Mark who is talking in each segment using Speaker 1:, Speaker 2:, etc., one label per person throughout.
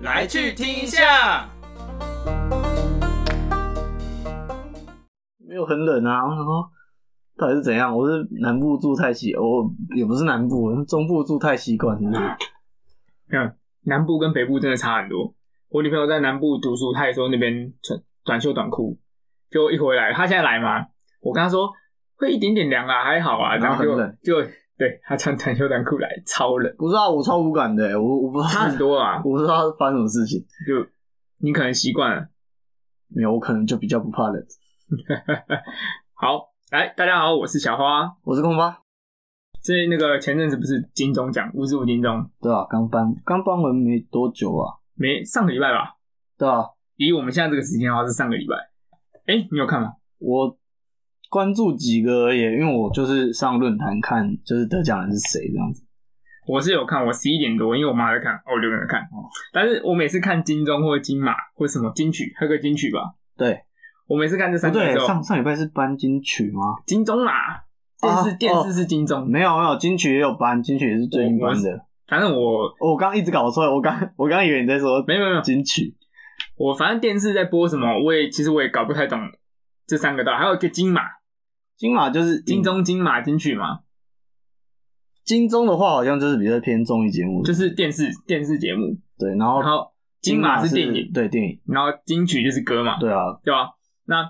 Speaker 1: 来去听一下。
Speaker 2: 没有很冷啊。我想说，到底是怎样？我是南部住太习，我也不是南部，中部住太习惯了。
Speaker 3: 南部跟北部真的差很多。我女朋友在南部读书，她也说那边穿短袖短裤，就一回来，她现在来嘛，我跟她说会一点点凉啊，还好啊，
Speaker 2: 然
Speaker 3: 然
Speaker 2: 后
Speaker 3: 后
Speaker 2: 很
Speaker 3: 就
Speaker 2: 冷
Speaker 3: 就对她穿短袖短裤来，超冷，
Speaker 2: 不知道，我超无感的、欸我我不知道
Speaker 3: 差很，多啊，
Speaker 2: 我不知道发生什么事情。
Speaker 3: 就你可能习惯了。
Speaker 2: 没有，我可能就比较不怕冷。
Speaker 3: 好，来，大家好，我是小花。
Speaker 2: 我是空巴，
Speaker 3: 这那个前阵子不是金钟奖五十五金钟，
Speaker 2: 对啊，刚搬刚搬完没多久啊，
Speaker 3: 没上个礼拜吧？
Speaker 2: 对啊，
Speaker 3: 以我们现在这个时间的话是上个礼拜。哎，你有看吗？
Speaker 2: 我关注几个而已，因为我就是上论坛看，就是得奖人是谁这样子。
Speaker 3: 我是有看，我十一点多，因为我妈在看，哦，我就跟着看。但是我每次看金钟或金马或什么金曲，喝个金曲吧。
Speaker 2: 对，
Speaker 3: 我每次看这
Speaker 2: 不
Speaker 3: 三个
Speaker 2: 哦对
Speaker 3: 的时，候，
Speaker 2: 上上礼拜是颁金曲吗？
Speaker 3: 金钟嘛，电视、
Speaker 2: 啊
Speaker 3: 电
Speaker 2: 哦
Speaker 3: 视是金钟，
Speaker 2: 没有没有，金曲也有颁，金曲也是最近颁的。
Speaker 3: 反正我
Speaker 2: 哦我刚刚一直搞错，我刚 我刚刚以为你在说
Speaker 3: 没有没有没有
Speaker 2: 金曲，
Speaker 3: 我反正电视在播什么，我也其实我也搞不太懂这三个道，还有一个金马、
Speaker 2: 金马就是
Speaker 3: 金钟、金马、金曲嘛，
Speaker 2: 金钟的话，好像就是比较偏综艺节目，
Speaker 3: 就是电视电视节目，
Speaker 2: 对，然后
Speaker 3: 然后金马是电影，
Speaker 2: 对电影，
Speaker 3: 然后金曲就是歌嘛，
Speaker 2: 对啊，
Speaker 3: 对吧？那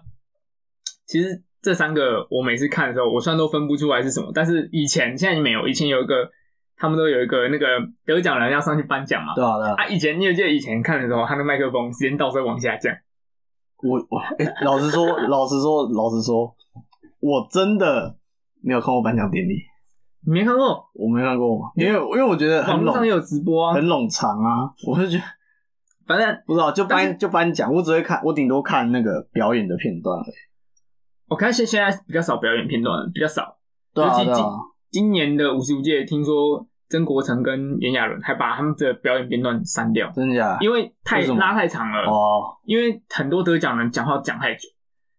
Speaker 3: 其实这三个我每次看的时候，我虽然都分不出来是什么，但是以前现在没有，以前有一个他们都有一个那个得奖人要上去颁奖嘛。
Speaker 2: 对啊，对啊，
Speaker 3: 啊，以前你有记得以前看的时候，他的麦克风时间到时候往下降，
Speaker 2: 我 我、哎老实说，老实说，老实说，我真的没有看过颁奖典礼，
Speaker 3: 你没看过？
Speaker 2: 我没看过，因为因为我觉得很
Speaker 3: 网络上也
Speaker 2: 冗
Speaker 3: 有直播啊
Speaker 2: 很。冗长啊，我就觉得
Speaker 3: 反正
Speaker 2: 不知道就
Speaker 3: 但
Speaker 2: 颁就颁奖，我只会看，我顶多看那个表演的片段而已。
Speaker 3: 我看现现在比较少表演片段了，比较少。
Speaker 2: 对啊，
Speaker 3: 尤其
Speaker 2: 对啊
Speaker 3: 今，今年的五十五届，听说曾国成跟炎亚纶还把他们的表演片段删掉，
Speaker 2: 真假？
Speaker 3: 因为太
Speaker 2: 啊为什么
Speaker 3: 拉太长了。
Speaker 2: 哦，
Speaker 3: 因为很多得奖人讲话讲太久，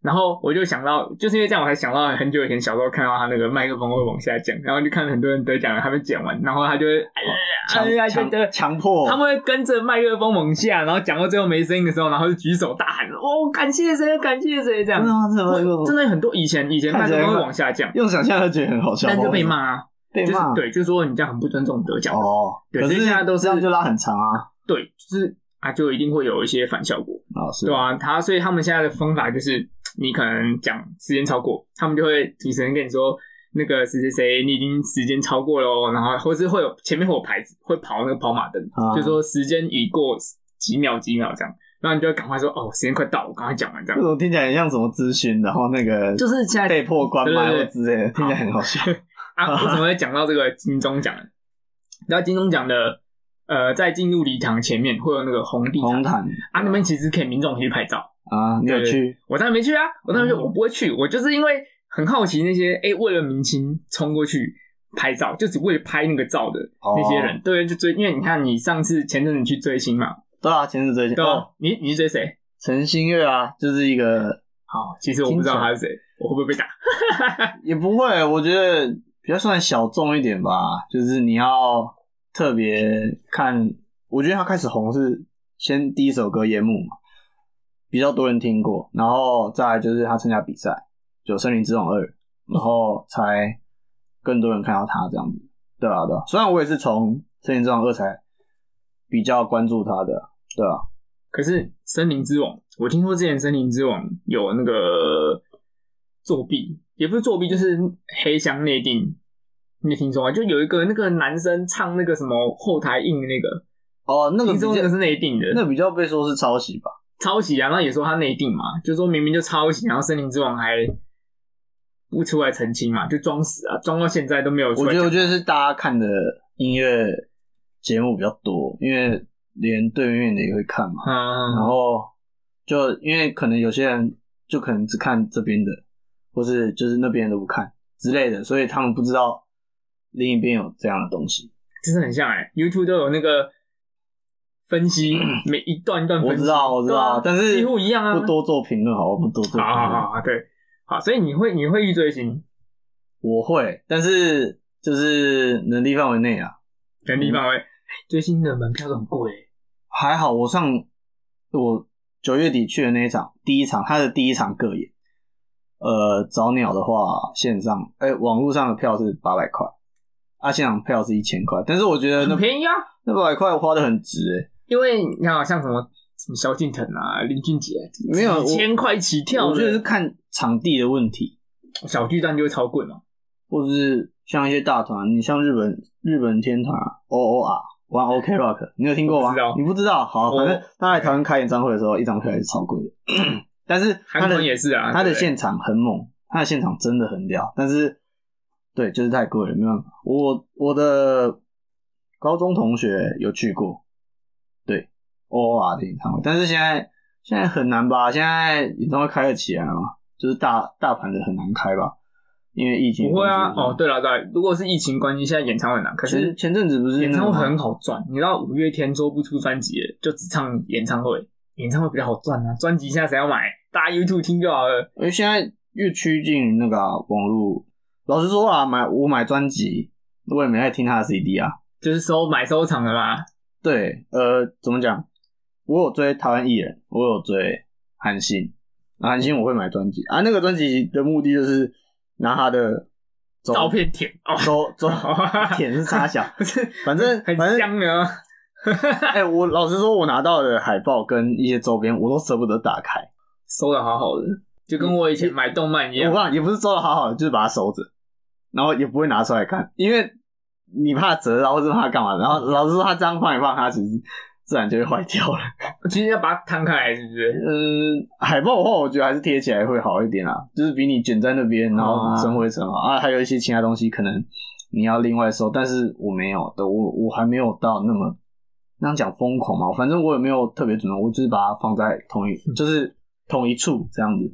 Speaker 3: 然后我就想到，就是因为这样，我才想到很久以前小时候看到他那个麦克风会往下降，然后就看很多人得奖了，他们讲 完，然后他就会哎
Speaker 2: 强
Speaker 3: 呀哎呀，就得
Speaker 2: 强强迫
Speaker 3: 他们会跟着麦克风往下，然后讲到最后没声音的时候，然后就举手大喊哦，感谢谁，感谢谁这样
Speaker 2: 真。的吗？真的吗
Speaker 3: 我真的哎很多以前以前麦克风会往下降，
Speaker 2: 用想象就觉得很好笑，
Speaker 3: 但就被
Speaker 2: 不知道为什么，
Speaker 3: 骂啊，
Speaker 2: 被
Speaker 3: 就是
Speaker 2: 骂
Speaker 3: 对，就是说你这样很不尊重得奖，
Speaker 2: 哦。
Speaker 3: 对
Speaker 2: 可
Speaker 3: 所以现在都是
Speaker 2: 这样就拉很长啊
Speaker 3: 对，就是啊，就一定会有一些反效果。
Speaker 2: 啊是
Speaker 3: 对啊，他所以他们现在的方法就是，你可能讲时间超过，他们就会主持人跟你说那个谁谁谁，你已经时间超过喽，然后或是会有前面会有牌子会跑那个跑马灯，
Speaker 2: 啊
Speaker 3: 就说时间已过几秒几秒这样，然后你就会赶快说哦，时间快到，我赶快讲完这
Speaker 2: 那
Speaker 3: 样，
Speaker 2: 种听起来很像什么咨询，然后那个
Speaker 3: 就是现在
Speaker 2: 被迫关麦
Speaker 3: 对
Speaker 2: 或
Speaker 3: 对对
Speaker 2: 之类的，听起来很 好笑。
Speaker 3: 啊，为什么会讲到这个金钟奖？然后金钟奖的呃，在进入礼堂前面会有那个红地毯
Speaker 2: 红毯
Speaker 3: 啊，那边其实可以民众可以去拍照。
Speaker 2: 啊，你有
Speaker 3: 对对
Speaker 2: 去？
Speaker 3: 我当然没去啊，我当然没去，
Speaker 2: 嗯
Speaker 3: 我不会去，我就是因为很好奇那些哎、诶为了明星冲过去拍照，就只为了拍那个照的
Speaker 2: 哦
Speaker 3: 那些人，对，就追，因为你看你上次前阵子去追星嘛，
Speaker 2: 对啊，前日最近
Speaker 3: 对吧、
Speaker 2: 哦，
Speaker 3: 你你是追谁？
Speaker 2: 陈星月啊，就是一个
Speaker 3: 好，其实我不知道他是谁，我会不会被打？
Speaker 2: 也不会，我觉得比较算小众一点吧，就是你要特别看。我觉得他开始红是先第一首歌《夜幕》嘛，比较多人听过，然后再来就是他参加比赛，就《森林之王二》，然后才更多人看到他这样子。对啊，对啊。虽然我也是从《森林之王二》才比较关注他的，对啊，
Speaker 3: 可是《森林之王》，我听说之前《森林之王》有那个作弊，也不是作弊，就是黑箱内定。你有听说吗？就有一个那个男生唱那个什么后台硬的那个，
Speaker 2: 哦，那个
Speaker 3: 听
Speaker 2: 比较
Speaker 3: 说那个是内定的，
Speaker 2: 那比较被说是抄袭吧。
Speaker 3: 抄袭啊，那也说他内定嘛，就说明明就抄袭，然后森林之王还不出来澄清嘛，就装死啊，装到现在都没有出
Speaker 2: 我
Speaker 3: 来
Speaker 2: 觉
Speaker 3: 讲。
Speaker 2: 得，我觉得是大家看的音乐节目比较多，因为连对面的也会看嘛。然
Speaker 3: 嗯，
Speaker 2: 后就因为可能有些人就可能只看这边的，或是就是那边都不看之类的，所以他们不知道另一边有这样的东西。
Speaker 3: 真的很像哎、y o u t u b e 都有那个分 析，每一段一段分析，
Speaker 2: 我知道，我知道，
Speaker 3: 对啊
Speaker 2: 但是
Speaker 3: 几乎一样啊。
Speaker 2: 不多做评论，好吧，不多做评
Speaker 3: 好好好
Speaker 2: 论。
Speaker 3: 好，对，好，所以你会你会遇追星，
Speaker 2: 我会，但是就是能力范围内啊。
Speaker 3: 能力范围，追星的门票都很贵、欸
Speaker 2: 还好，我上我九月底去的那一场，第一场他的第一场个演，呃，早鸟的话线上，哎、网络上的票是八百块，啊，现场票是一千块，但是我觉得呃那
Speaker 3: 很便宜啊。
Speaker 2: 那八百块花的很值、欸，
Speaker 3: 因为你看，像什么什么萧敬腾啊、林俊杰，
Speaker 2: 没有我
Speaker 3: 几千块起跳的，
Speaker 2: 我觉得是看场地的问题，
Speaker 3: 小巨蛋就会超贵嘛。
Speaker 2: 或者是像一些大团，你像日本日本天团啊 O O R 玩 O K Rock，你有听过吗
Speaker 3: 不知道？
Speaker 2: 你不知道？好，
Speaker 3: 我
Speaker 2: 反正他来台湾开演唱会的时候，一张票也是超贵的， 但是
Speaker 3: 韩
Speaker 2: 他的
Speaker 3: 团也是啊，
Speaker 2: 他的
Speaker 3: 对不对
Speaker 2: 现场很猛，他的现场真的很屌，但是对，就是太贵了，没办法。我我的高中同学有去过，对 O O R 的演唱会，但是现在现在很难吧？现在演唱会开得起来吗？就是大大盘的很难开吧，因为疫情的
Speaker 3: 不会啊。
Speaker 2: 关系
Speaker 3: 哦，对了对了，如果是疫情关系，现在演唱会很难，可是
Speaker 2: 前前阵子不是
Speaker 3: 演唱会
Speaker 2: 那个吗
Speaker 3: 很好赚。你知道五月天做不出专辑了，就只唱演唱会，演唱会比较好赚啊。专辑现在谁要买？大家 YouTube 听就好了。
Speaker 2: 因为现在越趋近于那个啊、网络，老实说啊，买我买专辑，我也没在听他的 CD 啊。
Speaker 3: 就是收买收藏的啦，
Speaker 2: 对，呃，怎么讲？我有追台湾艺人，我有追韩信，啊韩信我会买专辑啊。那个专辑的目的就是拿他的周
Speaker 3: 照片舔哦，
Speaker 2: 周周舔是傻小，
Speaker 3: 不是，
Speaker 2: 反正
Speaker 3: 很
Speaker 2: 反正
Speaker 3: 香的啊。
Speaker 2: 哎、我老实说，我拿到的海报跟一些周边，我都舍不得打开。
Speaker 3: 收的好好的，就跟我以前买动漫一样
Speaker 2: 我。告诉你，也不是收的好好的，就是把它收着，然后也不会拿出来看，因为你怕折到或是怕干嘛。然后老师说他这样放一放，它其实自然就会坏掉了。
Speaker 3: 其实要把它摊开来，是不是？
Speaker 2: 嗯，海报的话，我觉得还是贴起来会好一点啊，就是比你卷在那边，然后生灰尘嘛。啊，还有一些其他东西可能你要另外收，但是我没有的，我我还没有到那么那样讲疯狂嘛，反正我也没有特别准备，我就是把它放在同一
Speaker 3: 嗯
Speaker 2: 就是同一处这样子。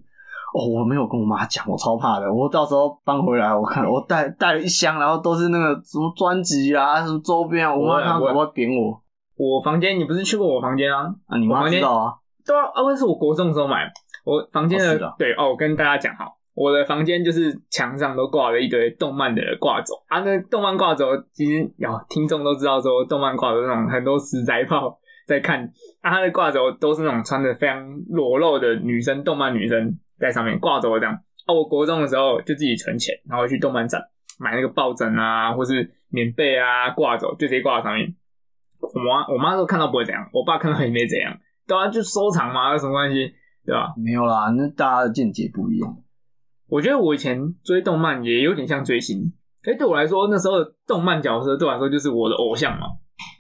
Speaker 2: 哦，我没有跟我妈讲，我超怕的。我到时候搬回来，我看我带带了一箱，然后都是那个什么专辑啊、什么周边啊，我
Speaker 3: 不
Speaker 2: 妈
Speaker 3: 会
Speaker 2: 她
Speaker 3: 不会
Speaker 2: 搞不好扁我
Speaker 3: 我房间，你不是去过我房间啊？
Speaker 2: 啊！你妈知道啊？
Speaker 3: 对啊，啊，那是我国中的时候买。我房间
Speaker 2: 哦
Speaker 3: 的、
Speaker 2: 是啊
Speaker 3: 对哦，我跟大家讲好，我的房间就是墙上都挂了一堆动漫的挂轴啊。那动漫挂轴其实有、听众都知道，说动漫挂轴那种很多死宅炮在看啊，他的挂轴都是那种穿的非常裸露的女生，动漫女生在上面挂轴这样。啊，我国中的时候就自己存钱，然后去动漫展买那个抱枕啊，或是棉被啊，挂走就直接挂在上面。我妈我妈都看到不会怎样，我爸看到也没怎样，对啊，就收藏嘛，有什么关系，对吧、
Speaker 2: 没有啦，那大家的见解不一样。
Speaker 3: 我觉得我以前追动漫也有点像追星，哎，对我来说那时候的动漫角色对我来说就是我的偶像嘛，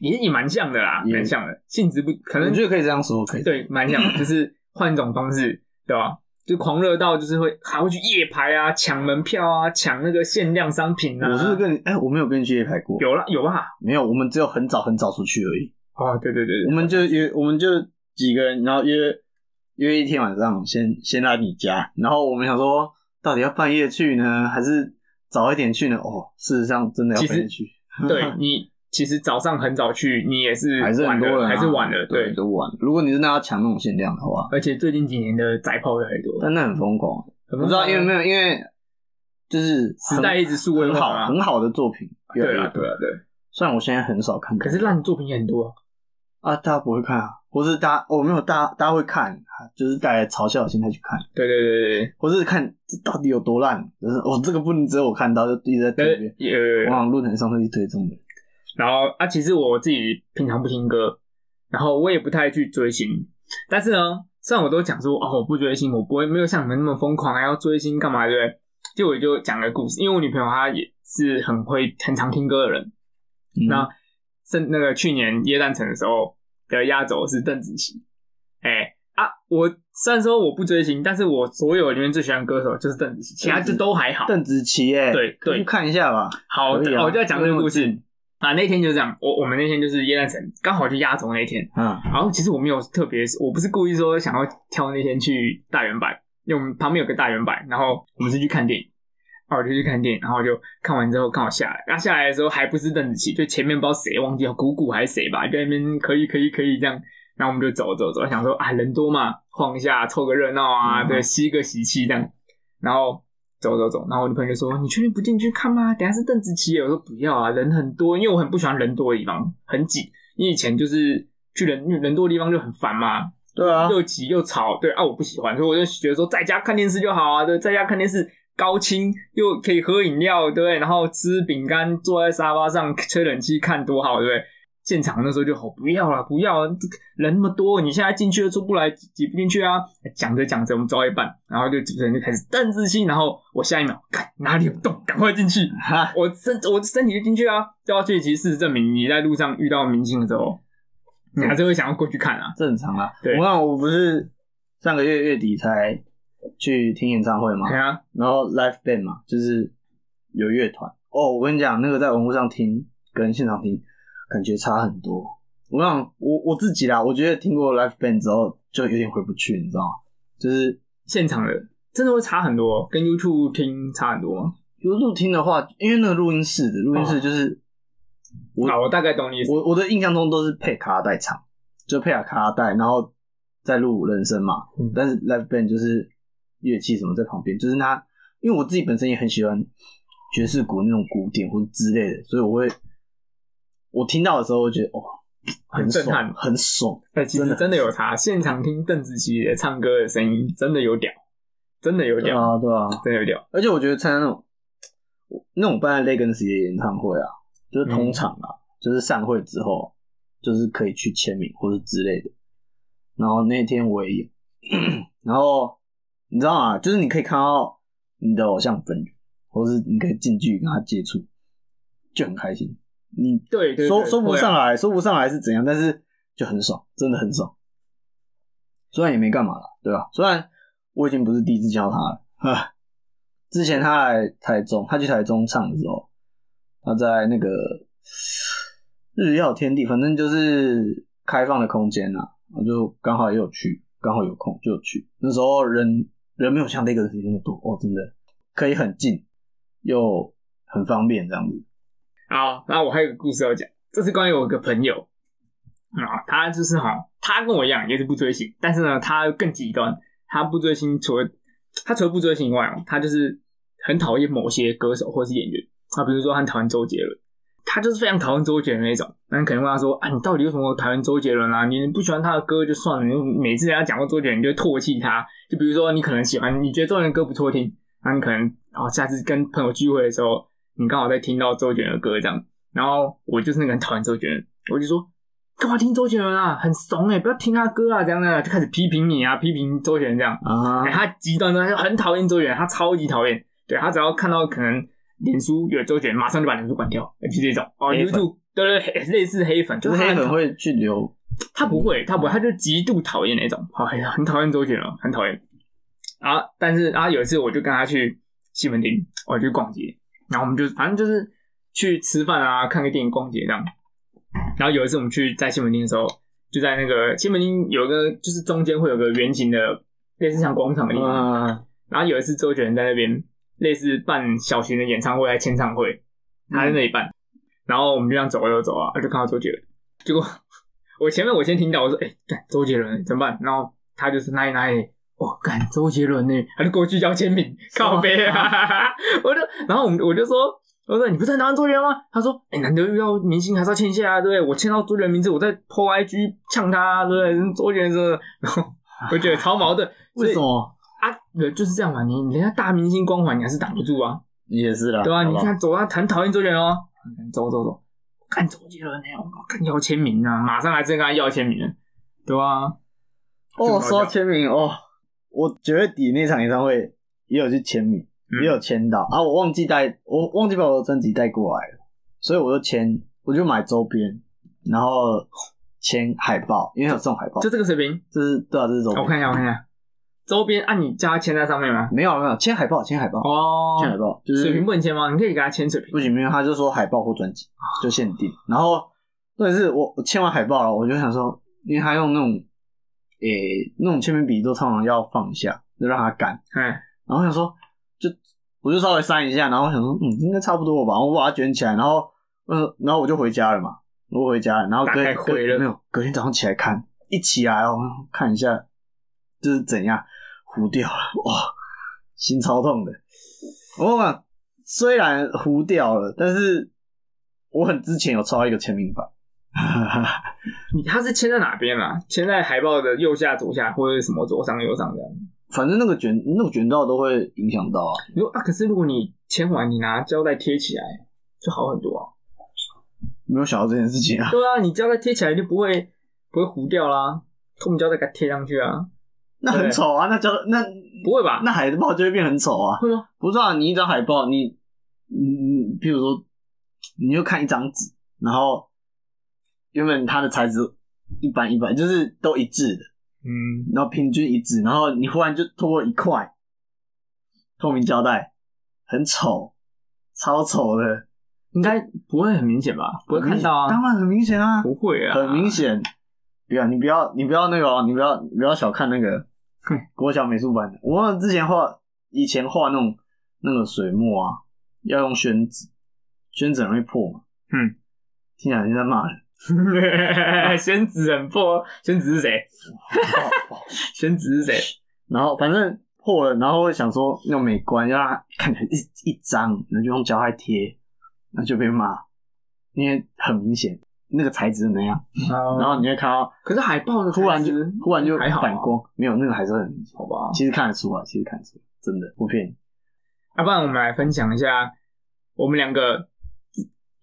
Speaker 3: 也也蛮像的啦，
Speaker 2: 也
Speaker 3: 蛮像的，性质不可能
Speaker 2: 嗯我觉得可以这样说，可以。
Speaker 3: 对，蛮像 的，就是换一种方式，对吧？就狂热到就是会还会去夜排啊，抢门票啊，抢那个限量商品啊。
Speaker 2: 我是不是跟你哎、我没有跟你去夜排过，
Speaker 3: 有啦有吧？
Speaker 2: 没有？我们只有很早很早出去而已。
Speaker 3: 哦，对对对
Speaker 2: 我
Speaker 3: 对，
Speaker 2: 们就约，我们就几个人，然后约约一天晚上先，先来你家，然后我们想说，到底要半夜去呢，还是早一点去呢？哦，事实上真的要
Speaker 3: 其实
Speaker 2: 半夜去，
Speaker 3: 对你其实早上很早去，你也是
Speaker 2: 嗯还是很
Speaker 3: 晚
Speaker 2: 多
Speaker 3: 了
Speaker 2: 人、啊，
Speaker 3: 还是晚了，对
Speaker 2: 对，。都晚了。如果你真的要抢那种限量的话，
Speaker 3: 而且最近几年的宅炮越来越多，
Speaker 2: 但那很疯狂。
Speaker 3: 很
Speaker 2: 我知道，因为没
Speaker 3: 有
Speaker 2: 有，因为就是
Speaker 3: 时代一直数位
Speaker 2: 很
Speaker 3: 化
Speaker 2: 好
Speaker 3: 啊，
Speaker 2: 很好的作品越来
Speaker 3: 对
Speaker 2: 越
Speaker 3: 啊
Speaker 2: 多
Speaker 3: 对啊对。
Speaker 2: 虽然我现在很少看，
Speaker 3: 可是烂作品也很多啊，
Speaker 2: 啊，大家不会看啊，或是大家我、没有大家大家会看，啊就是带着嘲笑的心态去看，
Speaker 3: 对对对对对，
Speaker 2: 或是看这到底有多烂，就是哦这个不能只有我看到，就一直在
Speaker 3: 但
Speaker 2: 推
Speaker 3: 是
Speaker 2: 荐。
Speaker 3: 有有有
Speaker 2: 往往论坛上都是推这种的，
Speaker 3: 然后啊，其实我自己平常不听歌，然后我也不太去追星，但是呢，虽然我都讲说哦，我不追星，我不会没有像你们那么疯狂，啊还要追星干嘛，对不对？就我就讲个故事，因为我女朋友她也是很会很常听歌的人，
Speaker 2: 嗯
Speaker 3: 那是那个去年耶诞城的时候的压轴是邓紫棋，哎、啊，我虽然说我不追星，但是我所有里面最喜欢的歌手就是邓紫棋，其他就都还好。
Speaker 2: 邓紫棋耶，
Speaker 3: 对
Speaker 2: 可以
Speaker 3: 对
Speaker 2: 去看一下吧。
Speaker 3: 好，
Speaker 2: 可以啊
Speaker 3: 我就要讲这个故
Speaker 2: 那么
Speaker 3: 事啊。那天就这样，我我们那天就是耶诞城，刚好就压轴那天。
Speaker 2: 啊，
Speaker 3: 然后其实我没有特别，我不是故意说想要挑那天去大圆柏，因为我们旁边有个大圆柏，然后我们是去看电影，然后我就去看电影，然后就看完之后刚好下来，然后下来的时候还不是邓紫棋，就前面不知道谁忘记了谷谷还是谁吧，就在那边可以可以可以这样，然后我们就走走走，想说啊人多嘛，晃一下凑个热闹啊，
Speaker 2: 嗯
Speaker 3: 对，吸个喜气这样，然后。走走走，然后我女朋友就说：“你确定不进去看吗？等一下是邓紫棋耶。”我说：“不要啊，人很多，因为我很不喜欢人多的地方，很挤。你以前就是去人人多的地方就很烦嘛，
Speaker 2: 对啊，
Speaker 3: 又挤又吵，对啊，我不喜欢，所以我就觉得说在家看电视就好啊，对，在家看电视高清又可以喝饮料，对不对？然后吃饼干，坐在沙发上吹冷气看多好，对不对？现场那时候就好，不要啦，不要啦，这个人那么多，你现在进去又出不来，挤不进去啊。讲着讲着，我们走到一半，然后就主持人就开始邓志新，然后我下一秒，看哪里有洞，赶快进去，
Speaker 2: 哈，
Speaker 3: 我身我身体就进去啊。对啊，所以其实事实证明，你在路上遇到明星的时候，你还是会想要过去看啊。
Speaker 2: 正常啊。
Speaker 3: 对
Speaker 2: 我看我不是上个月月底才去听演唱会嘛
Speaker 3: 对，啊，
Speaker 2: 然后 live band 嘛，就是有乐团。哦，我跟你讲，那个在文物上听跟现场听感觉差很多。我想我我自己啦，我觉得听过 live band 之后就有点回不去，你知道吗？就是
Speaker 3: 现场的真的会差很多，跟 YouTube 听差很多吗？
Speaker 2: 有录听的话，因为那个录音室的录音室就是、我
Speaker 3: 啊，我大概懂你意思。
Speaker 2: 我我的印象中都是配卡拉带唱，就配了卡拉带，然后再录人声嘛。
Speaker 3: 嗯
Speaker 2: 但是 live band 就是乐器什么在旁边，就是它，因为我自己本身也很喜欢爵士鼓那种古典或者之类的，所以我会我听到的时候，我觉得哦，很
Speaker 3: 很震
Speaker 2: 爽，
Speaker 3: 撼
Speaker 2: 很爽。
Speaker 3: 哎，其
Speaker 2: 真
Speaker 3: 实
Speaker 2: 的
Speaker 3: 真的有差，现场听邓紫棋的唱歌的声音真的有屌，真的有
Speaker 2: 对
Speaker 3: 屌，
Speaker 2: 啊，对啊。
Speaker 3: 真的有屌。
Speaker 2: 而且我觉得参加那种那种办在 Legacy 的演唱会啊，就是通常啊，就是散会之后，就是可以去签名或者之类的。然后那天我也有， 然后你知道吗？就是你可以看到你的偶像本人，或是你可以近距离跟他接触，就很开心。你
Speaker 3: 对对，
Speaker 2: 说
Speaker 3: 对
Speaker 2: 说不
Speaker 3: 会啊
Speaker 2: 上来，说不上来是怎样，但是就很爽，真的很爽。虽然也没干嘛了，对吧？虽然我已经不是第一次见到他了，啊，之前他来台中，他去台中唱的时候，他在那个日曜天地，反正就是开放的空间啊，我就刚好也有去，刚好有空就有去。那时候人人没有像那个时那么多，哦，真的可以很近，又很方便这样子。
Speaker 3: 好，那我还有个故事要讲，这是关于我一个朋友啊，他就是哈，他跟我一样也是不追星，但是呢，他更极端，他不追星，除了他除了不追星以外哦，他就是很讨厌某些歌手或是演员，他比如说他很讨厌周杰伦，啊他就是非常讨厌周杰伦那一种。那你可能问他说啊，你到底为什么讨厌周杰伦啊？你不喜欢他的歌就算了，你每次人家讲过周杰伦，你就唾弃他。就比如说你可能喜欢，你觉得周杰伦的歌不错听，那你可能哦，下次跟朋友聚会的时候，你刚好在听到周杰伦的歌这样。然后我就是那个很讨厌周杰伦，我就说干嘛听周杰伦啊，很怂哎、不要听他歌啊，这样的就开始批评你啊，批评周杰伦这样。
Speaker 2: 啊
Speaker 3: 哎、他极端的，他很讨厌周杰伦，他超级讨厌。对他只要看到可能脸书有周杰伦，马上就把脸书关掉，就这种。哦
Speaker 2: 黑粉
Speaker 3: ，YouTube 对对黑类似黑粉，
Speaker 2: 就是
Speaker 3: 他
Speaker 2: 黑
Speaker 3: 很
Speaker 2: 粉
Speaker 3: 讨，
Speaker 2: 会去留，
Speaker 3: 他不会，他不会，他就极度讨厌那种。好、哎呀，很讨厌周杰伦，很讨厌。啊，但是啊，有一次我就跟他去西门町，我去逛街，然后我们就反正就是去吃饭啊，看个电影、逛街这样。然后有一次我们去在西门町的时候，就在那个西门町有一个就是中间会有个圆形的类似像广场的地方，
Speaker 2: 嗯，
Speaker 3: 然后有一次周杰伦在那边类似办小型的演唱会还是签唱会，他在那里办，然后我们就这样走啊走啊，就看到周杰伦，结果我前面我先听到我说，哎、干周杰伦怎么办？然后他就是哪里哪里。我干周杰伦呢、他就过去要签名，靠背啊！我就，然后我们我就说，我说你不是很讨厌周杰伦吗？他说，哎、难得遇到明星还是要签一下、啊，对不对？我签到周杰伦名字，我在 PO IG 呛他、啊，对不对？周杰伦真的，然后我觉得超矛盾，所以
Speaker 2: 为什么？
Speaker 3: 啊，对，就是这样嘛，你人家大明星光环你还是挡不住啊，
Speaker 2: 也是啦，
Speaker 3: 对吧、
Speaker 2: 好
Speaker 3: 你
Speaker 2: 不好，
Speaker 3: 看走啊，很讨厌周杰伦哦，嗯走走走，看周杰伦呢、我我看要签名啊，马上来这跟他要签名了，对吧、
Speaker 2: 哦，说到签名哦，我九月底那场演唱会也有去签名，
Speaker 3: 嗯
Speaker 2: 也有签到啊，我忘记带，我忘记把我的专辑带过来了，所以我就签，我就买周边，然后签海报，因为有送海报，
Speaker 3: 就这个水平，
Speaker 2: 这是对啊，这是周
Speaker 3: 我
Speaker 2: 边，
Speaker 3: 看一下，我看一下，周边啊，你叫他签在上面吗？
Speaker 2: 没有没有签海报，签海报，
Speaker 3: 哦，
Speaker 2: 签海报就是
Speaker 3: 水平不能签吗？你可以给他签水平
Speaker 2: 嗯不行，没有，他就说海报或专辑就限定。然后，但是我我签完海报了，我就想说，因为他用那种，诶、那种铅笔笔都通常要放一下，就让它干。
Speaker 3: 哎，
Speaker 2: 然后我想说，就我就稍微删一下，然后我想说，嗯，应该差不多了吧，我把它卷起来，然后，嗯，然后我就回家了嘛，我回家了，然后隔
Speaker 3: 大概
Speaker 2: 隔
Speaker 3: 毁了
Speaker 2: 没有，隔天早上起来看，一起来哦，看一下就是怎样糊掉了，哇，心超痛的。我跟你讲，虽然糊掉了，但是我很之前有抽到一个签名版，
Speaker 3: 你它是签在哪边啊？签在海报的右下、左下，或者是什么左上、右上这样。
Speaker 2: 反正那个卷那个卷到都会影响到啊。
Speaker 3: 你说啊，可是如果你签完，你拿胶带贴起来就好很多啊。
Speaker 2: 没有想到这件事情 啊。
Speaker 3: 对啊，你胶带贴起来就不会不会糊掉啦，透明胶带给它贴上去啊，
Speaker 2: 那很丑啊，那叫那
Speaker 3: 不会吧？
Speaker 2: 那海报就会变很丑啊。
Speaker 3: 会吗？
Speaker 2: 不是啊，你一张海报，你你你，譬如说，你就看一张纸，然后原本它的材质一般一般，就是都一致的，
Speaker 3: 嗯，
Speaker 2: 然后平均一致，然后你忽然就透过一块透明胶带，很丑，超丑的，
Speaker 3: 应该不会很明显吧？不会看到啊？
Speaker 2: 当然很明显啊，
Speaker 3: 不会啊，
Speaker 2: 很明。显。不要，你不要，你不要那个哦，你不要，你不要小看那个
Speaker 3: 哼
Speaker 2: 国小美术班的。我忘了之前画，以前画那种那个水墨啊，要用宣纸，宣纸很容易破嘛。
Speaker 3: 嗯，
Speaker 2: 听起来像在骂人。
Speaker 3: 宣纸很破，宣纸是谁？宣纸是谁？
Speaker 2: 然后反正破了，然后会想说用美观，要让它看起来一一张，那就用胶带贴，那就被骂，因为很明显那个材质是那样。然
Speaker 3: 然
Speaker 2: 后你会看到
Speaker 3: 可是海报的
Speaker 2: 忽然就
Speaker 3: 材质
Speaker 2: 忽然就
Speaker 3: 还好啊
Speaker 2: 反光，没有那个还是很明显。
Speaker 3: 好吧？
Speaker 2: 其实看得出来，其实看得出来，真的不骗你。
Speaker 3: 要、啊不然我们来分享一下我们两个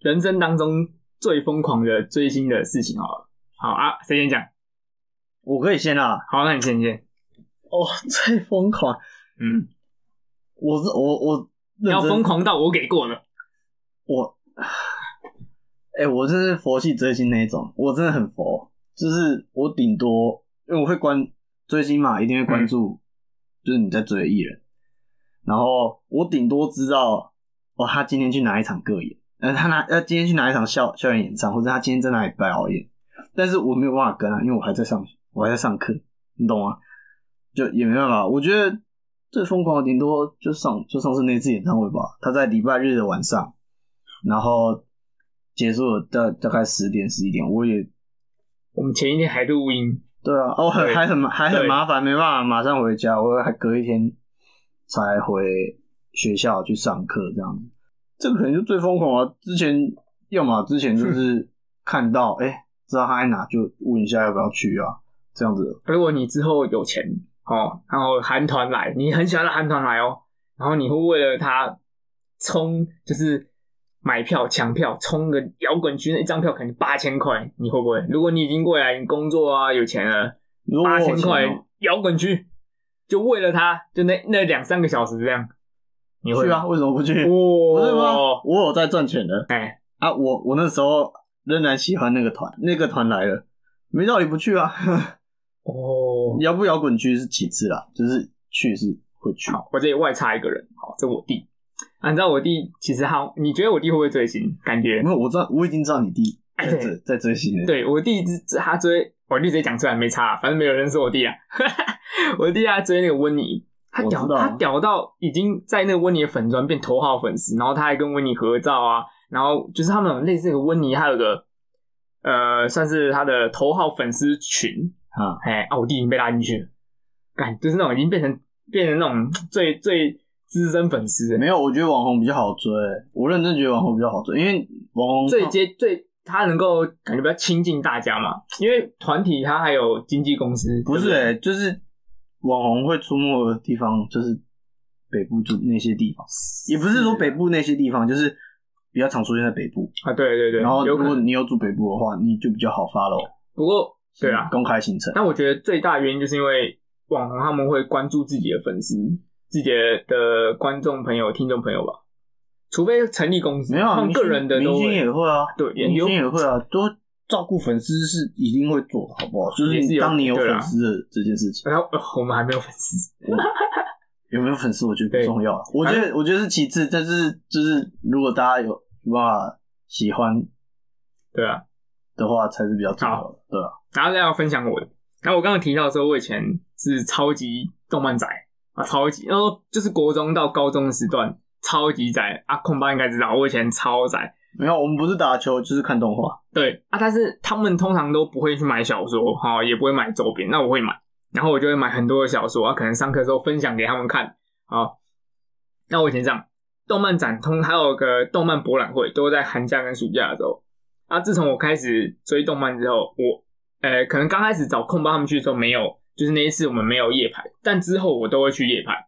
Speaker 3: 人生当中最疯狂的追星的事情好了。好啊，谁先讲？
Speaker 2: 我可以先啊！
Speaker 3: 好，那你先你先。
Speaker 2: 哦，最疯狂，
Speaker 3: 嗯，
Speaker 2: 我是我我
Speaker 3: 你要
Speaker 2: 认真
Speaker 3: 疯，狂到我给过了。
Speaker 2: 我，哎、我真是佛系追星那一种，我真的很佛，就是我顶多因为我会关追星嘛，一定会关注，就是你在追的艺人，然后我顶多知道哦，他今天去哪一场个演，呃，他哪呃今天去哪一场校校园演唱，或者他今天在哪里表演，但是我没有办法跟啊，因为我还在上学，我还在上课，你懂吗？就也没办法。我觉得最疯狂的顶多就上就上次那次演唱会吧，他在礼拜日的晚上，然后结束了大大概十点十一点，我也
Speaker 3: 我们前一天还录音，
Speaker 2: 对啊，哦很
Speaker 3: 对
Speaker 2: 还很麻还很
Speaker 3: 对
Speaker 2: 麻烦，没办法马上回家，我还隔一天才回学校去上课这样子。这个可能就最疯狂啊！之前要么之前就是看到哎、知道他在哪就问一下要不要去啊，这样子
Speaker 3: 如果你之后有钱哦，然后韩团来，你很喜欢的韩团来哦，然后你会为了他冲，就是买票抢票，冲个摇滚区那一张票可能八千块，你会不会？如果你已经未来你工作啊有钱了，
Speaker 2: 如果我
Speaker 3: 八
Speaker 2: 有
Speaker 3: 千
Speaker 2: 钱
Speaker 3: 块
Speaker 2: 哦
Speaker 3: 摇滚区，就为了他，就那那两三个小时这样，你会
Speaker 2: 去
Speaker 3: 吗
Speaker 2: 啊？？为什么不去？不是吗
Speaker 3: 哇？？
Speaker 2: 我有在赚钱的。
Speaker 3: 哦哎
Speaker 2: 啊，我我那时候仍然喜欢那个团，那个团来了，没道理不去啊。
Speaker 3: 哦，
Speaker 2: 摇不摇滚区是其次啦，就是去是会去。
Speaker 3: 好，我这里外插一个人，好，这我弟。啊，你知道我弟其实他，你觉得我弟会不会追星？感觉
Speaker 2: 没有，我知道，我已经知道你弟
Speaker 3: 哎
Speaker 2: 在追在追星了。，
Speaker 3: 对我弟之他追，我弟直接讲出来没差、反正没有人说我弟啊。 我弟他追那个温妮，他
Speaker 2: 我
Speaker 3: 屌
Speaker 2: 知道啊
Speaker 3: 他屌到已经在那个温妮的粉砖变头号粉丝，然后他还跟温妮合照啊，然后就是他们有类似那个温妮，还有个呃，算是他的头号粉丝群
Speaker 2: 啊，
Speaker 3: 哎、啊，我弟已经被拉进去了，感就是那种已经变成变成那种最最资深粉丝了，
Speaker 2: 没有，我觉得网红比较好追，我认真觉得网红比较好追，因为网红
Speaker 3: 最接最他能够感觉比较亲近大家嘛，因为团体他还有经纪公司，
Speaker 2: 不是、
Speaker 3: 对对
Speaker 2: 欸，就是网红会出没的地方，就是北部就那些地方，也不是说北部那些地方，就是比较常出现在北部。
Speaker 3: 啊，对对对，
Speaker 2: 然后
Speaker 3: 有
Speaker 2: 如
Speaker 3: 可
Speaker 2: 果
Speaker 3: 能，
Speaker 2: 你有住北部的话，你就比较好 follow。
Speaker 3: 不过对啊，
Speaker 2: 公开行程。
Speaker 3: 但我觉得最大原因就是因为网红他们会关注自己的粉丝、自己的观众朋友、听众朋友吧，除非成立公司，
Speaker 2: 没有、
Speaker 3: 他
Speaker 2: 啊，
Speaker 3: 们
Speaker 2: 明星
Speaker 3: 个人的
Speaker 2: 明
Speaker 3: 都
Speaker 2: 星也会啊，
Speaker 3: 对也
Speaker 2: 明
Speaker 3: 有
Speaker 2: 星也会啊，都照顾粉丝是一定会做的，好不好？就是
Speaker 3: 也是
Speaker 2: 你
Speaker 3: 有
Speaker 2: 当你有
Speaker 3: 对啊
Speaker 2: 粉丝的这件事情，
Speaker 3: 然后、呃我们还没有粉丝，
Speaker 2: 有没有粉丝我觉得
Speaker 3: 对
Speaker 2: 不重要啊，我觉得我觉得是其次，但是就是如果大家有办法喜欢
Speaker 3: 对啊，
Speaker 2: 的话，才是比较重要的，对啊。
Speaker 3: 然后再要分享我的。然后我刚刚提到说，我以前是超级动漫宅啊，超级，然后就是国中到高中的时段，超级宅啊，控爸应该知道，我以前超宅。
Speaker 2: 没有，我们不是打球就是看动画，
Speaker 3: 对啊，但是他们通常都不会去买小说，哈、也不会买周边。那我会买，然后我就会买很多的小说啊，可能上课的时候分享给他们看啊、那我以前这样，动漫展通还有个动漫博览会，都在寒假跟暑假的时候。啊，自从我开始追动漫之后，我呃，可能刚开始找空帮他们去的时候没有，就是那一次我们没有夜排，但之后我都会去夜排。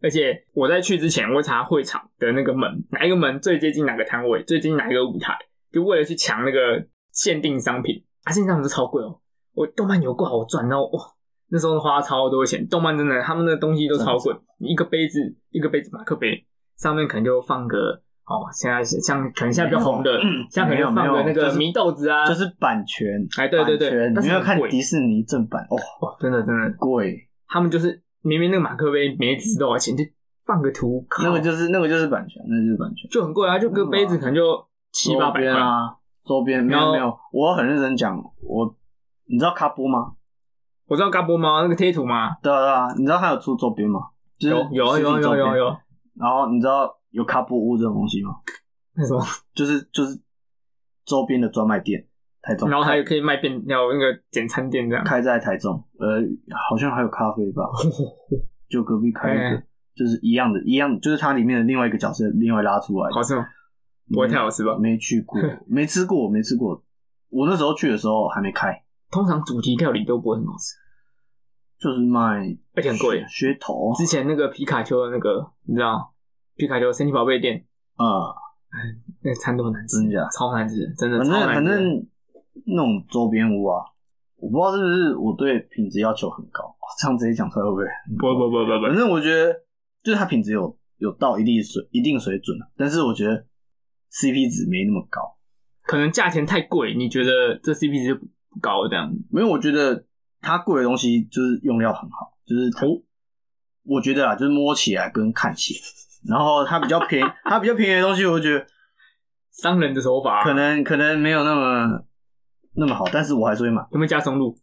Speaker 3: 而且我在去之前，我会查会场的那个门，哪一个门最接近哪个摊位，最接近哪一个舞台，就为了去抢那个限定商品。啊，限定商品都超贵哦！我动漫有够好赚，然后哇，那时候花超多钱。动漫真的，他们的东西都超贵，一个杯子，一个杯子马克杯，上面可能就放个哦，现在是像可能现在比较红的， 现在可能就
Speaker 2: 没
Speaker 3: 放
Speaker 2: 有
Speaker 3: 个
Speaker 2: 没有
Speaker 3: 那个
Speaker 2: 就是
Speaker 3: 米豆子啊，
Speaker 2: 就是版权，
Speaker 3: 哎对对对
Speaker 2: 版权
Speaker 3: 但
Speaker 2: 你
Speaker 3: 是
Speaker 2: 没有
Speaker 3: 很
Speaker 2: 看
Speaker 3: 贵
Speaker 2: 迪士尼正版哦，
Speaker 3: 哇，真的真的，
Speaker 2: 贵，
Speaker 3: 他们就是明明那个马克杯每一只多少钱，就放个图，靠
Speaker 2: 那个就是那个就是版权，那个就是版权，
Speaker 3: 就很贵啊，就个杯子可能就七八
Speaker 2: 周
Speaker 3: 百
Speaker 2: 边
Speaker 3: 块。
Speaker 2: 啊，周边没
Speaker 3: 然
Speaker 2: 有
Speaker 3: 后
Speaker 2: 没有，我很认真讲，我你知道卡波吗？
Speaker 3: 我知道嘎波猫那个贴图吗？
Speaker 2: 对啊对啊，你知道他有出周边吗？就是
Speaker 3: 有有啊有啊有
Speaker 2: 实体周
Speaker 3: 啊
Speaker 2: 边
Speaker 3: 有啊有啊，
Speaker 2: 然后你知道有卡布屋这种东西吗？
Speaker 3: 那什么，
Speaker 2: 就是就是周边的专卖店，台中，
Speaker 3: 然后还
Speaker 2: 有
Speaker 3: 有可以卖便料那个简餐店这样。
Speaker 2: 开在台中，呃，好像还有咖啡吧，就隔壁开一个，
Speaker 3: 哎
Speaker 2: 就是一样的，一样，就是它里面的另外一个角色另外拉出来的，
Speaker 3: 好吃吗？不会太好吃吧？
Speaker 2: 没去过， 没吃过，没吃过。我那时候去的时候还没开，
Speaker 3: 通常主题料理都不会很好吃，
Speaker 2: 就是卖
Speaker 3: 而且很贵。
Speaker 2: 噱头，
Speaker 3: 之前那个皮卡丘的那个，你知道，皮卡丘神奇宝贝店
Speaker 2: 呃，
Speaker 3: 那个餐都很难吃
Speaker 2: 真，假？
Speaker 3: 超难吃，真的
Speaker 2: 嗯反
Speaker 3: 超
Speaker 2: 正
Speaker 3: 难吃。
Speaker 2: 反正那种周边屋啊，我不知道是不是我对品质要求很高，哇这样直接讲出来会不会？
Speaker 3: 不不不不
Speaker 2: 反
Speaker 3: 不，
Speaker 2: 正我觉得就是它品质有有到一定水一定水准啊，但是我觉得 CP 值没那么高，
Speaker 3: 可能价钱太贵，你觉得这 CP 值就不高这样？
Speaker 2: 没有，我觉得它贵的东西就是用料很好，就是它
Speaker 3: 哦
Speaker 2: 我觉得啊，就是摸起来跟看起来，然后它比较便宜， 它比较便宜的东西，我就觉得
Speaker 3: 商人的手法啊
Speaker 2: 可能可能没有那么那么好，但是我还是会买。
Speaker 3: 有没有加松露？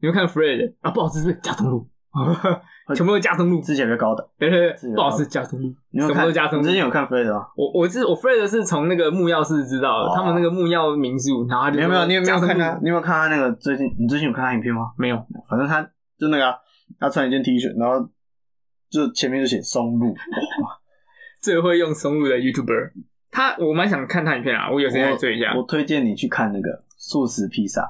Speaker 3: 你们看 Fred 啊，不好吃是加松 露，全部都加松露，
Speaker 2: 之前比较高的，
Speaker 3: 对对
Speaker 2: 自己
Speaker 3: 对，不好吃加松露，
Speaker 2: 你
Speaker 3: 什
Speaker 2: 有
Speaker 3: 么
Speaker 2: 看？
Speaker 3: 都加松
Speaker 2: 你
Speaker 3: 露
Speaker 2: 之。前有看 Fred 吗？
Speaker 3: 我我是我 Fred 是从那个木曜市知道
Speaker 2: 哦
Speaker 3: 的，他们那个木曜民宿，然后他就
Speaker 2: 你有没有？
Speaker 3: 说
Speaker 2: 你有没有
Speaker 3: 加松
Speaker 2: 看
Speaker 3: 露
Speaker 2: 他？你有没有看他那个最近？你最近有看他影片吗？
Speaker 3: 没有，
Speaker 2: 反正他就那个啊、他穿一件 T 恤，然后就前面就写松露。
Speaker 3: 最会用松露的 YouTuber，他我蛮想看他影片啊，我有时间再追一下
Speaker 2: 我推荐你去看那个素食披萨，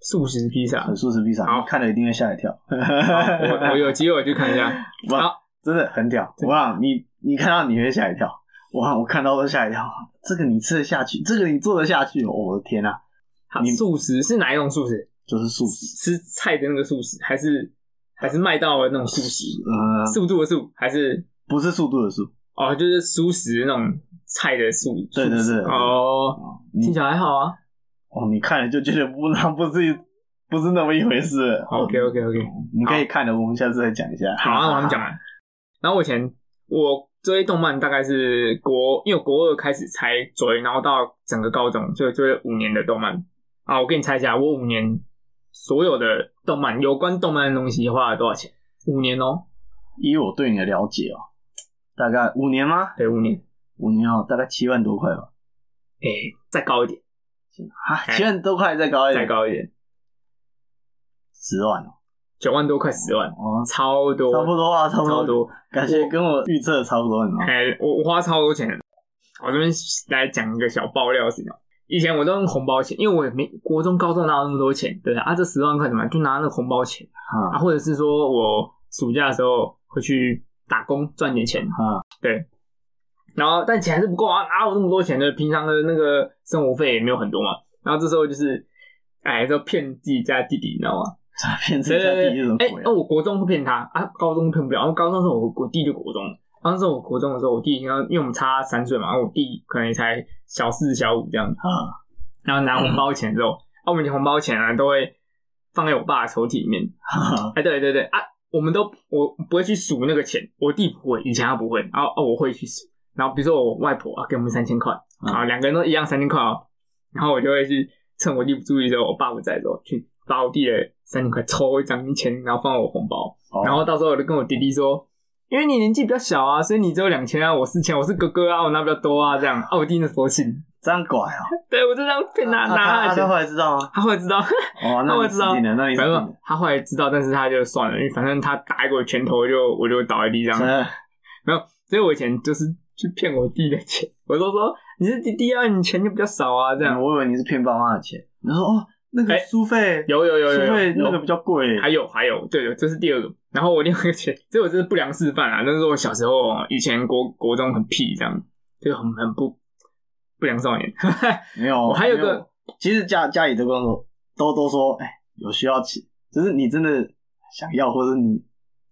Speaker 3: 素食披萨。好
Speaker 2: 很啊素食披萨，
Speaker 3: 好
Speaker 2: 你看了一定会吓一跳。
Speaker 3: 我我有机会我去看一下。
Speaker 2: 哇
Speaker 3: 好，
Speaker 2: 真的很屌！我让你你看到你会吓一跳，哇，我看到都吓一跳。这个你吃得下去，这个你做得下去，我的天啊，
Speaker 3: 好
Speaker 2: 你
Speaker 3: 素食是哪一种素食？
Speaker 2: 就是素食，
Speaker 3: 吃菜的那个素食，还是还是麦当劳的那种素食？
Speaker 2: 呃，
Speaker 3: 速度的速，还是
Speaker 2: 不是速度的速，
Speaker 3: 哦，就是素食那种菜的素。
Speaker 2: 对对
Speaker 3: 素食
Speaker 2: 对对
Speaker 3: 哦，
Speaker 2: 哦
Speaker 3: 听
Speaker 2: 你
Speaker 3: 起来还好啊。
Speaker 2: 哦，你看了就觉得不那不是不是那么一回事。
Speaker 3: OK OK OK，
Speaker 2: 你可以看的，我们下次再讲一下。
Speaker 3: 好，啊那我们讲完。然后我以前我追动漫大概是国，因为我国二开始才追，然后到整个高中，所以追了五年的动漫。啊，我给你猜一下，我五年所有的动漫有关动漫的东西花了多少钱？五年哦，
Speaker 2: 以我对你的了解哦，大概五年吗？
Speaker 3: 对，五年。
Speaker 2: 五年哦，大概七万多块吧。
Speaker 3: 哎、再高一点，
Speaker 2: 啊，七万多块再高
Speaker 3: 哎
Speaker 2: 一
Speaker 3: 再
Speaker 2: 点，
Speaker 3: 高一点，
Speaker 2: 十万哦。
Speaker 3: 九万多，快十万，
Speaker 2: 哦，
Speaker 3: 超多，
Speaker 2: 差不多啊，差不
Speaker 3: 超
Speaker 2: 多。
Speaker 3: 多。
Speaker 2: 感觉跟我预测的差不多，你知道吗？
Speaker 3: 哎、我我花超多钱的。我这边来讲一个小爆料是什么？以前我都用红包钱，因为我也没国中、高中哪有那么多钱，对不对啊，这十万块怎么办就拿那个红包钱啊，
Speaker 2: 啊
Speaker 3: 或者是说我暑假的时候会去打工赚点钱，
Speaker 2: 啊，
Speaker 3: 然后但钱还是不够啊，哪有那么多钱呢？平常的那个生活费也没有很多嘛，然后这时候就是，哎，就骗自己家弟弟，你知道吗？
Speaker 2: 诈 骗这
Speaker 3: 对
Speaker 2: 家
Speaker 3: 对
Speaker 2: 第一种
Speaker 3: 对，
Speaker 2: 鬼
Speaker 3: 哎，那我国中会骗他啊，高中骗不了，然后高中的时候我我弟就国中了，然后那时候我国中的时候，我弟然后因为我们差三岁嘛，然后我弟可能也才小四小五这样，
Speaker 2: 啊！
Speaker 3: 然后拿红包钱之后，啊，我们的红包钱啊都会放在我爸的抽屉里面，
Speaker 2: 哈
Speaker 3: 哎，对对对啊，我们都我不会去数那个钱，我弟不会，以前他不会，然后哦我会去数，然后比如说我外婆啊给我们三千块，
Speaker 2: 嗯
Speaker 3: 啊两个人都一样三千块哦，然后我就会去趁我弟不注意的时候，我爸不在的时候去把我弟的三千块抽一张一千，然后放我红包，
Speaker 2: 哦
Speaker 3: 然后到时候我就跟我弟弟说。因为你年纪比较小啊，所以你只有两千啊，我四千，我是哥哥啊，我拿比较多啊，这样啊，我弟那时候信，
Speaker 2: 这样拐哦，
Speaker 3: 对我就这样骗他
Speaker 2: 那
Speaker 3: 拿他
Speaker 2: 啊他
Speaker 3: 的
Speaker 2: 他后
Speaker 3: 钱，
Speaker 2: 来知道吗？
Speaker 3: 他会知道，
Speaker 2: 哦，那
Speaker 3: 我
Speaker 2: 你
Speaker 3: 知
Speaker 2: 死
Speaker 3: 道
Speaker 2: 定了，那你死
Speaker 3: 反
Speaker 2: 定
Speaker 3: 正
Speaker 2: 了。
Speaker 3: 他后来知道，但是他就算了，因为反正他打给我拳头就我就倒在地上
Speaker 2: 真。的
Speaker 3: 所以我以前就是去骗我弟的钱，我都说你是弟弟啊，你钱就比较少啊，这样。
Speaker 2: 我以为你是骗爸妈的钱。你说哦，那个
Speaker 3: 哎
Speaker 2: 书费、
Speaker 3: 有有有有
Speaker 2: 书费
Speaker 3: 有，
Speaker 2: 那个比较贵，
Speaker 3: 还有还有，对对，这是第二个。然后我另外一个钱，这我这是不良示范啊， 那是我小时候以前国国中很屁这样，就很很不不良少年。
Speaker 2: 没有，
Speaker 3: 我还有个
Speaker 2: 没，其实家家里都跟我说，都都说，哎、有需要钱，就是你真的想要，或者你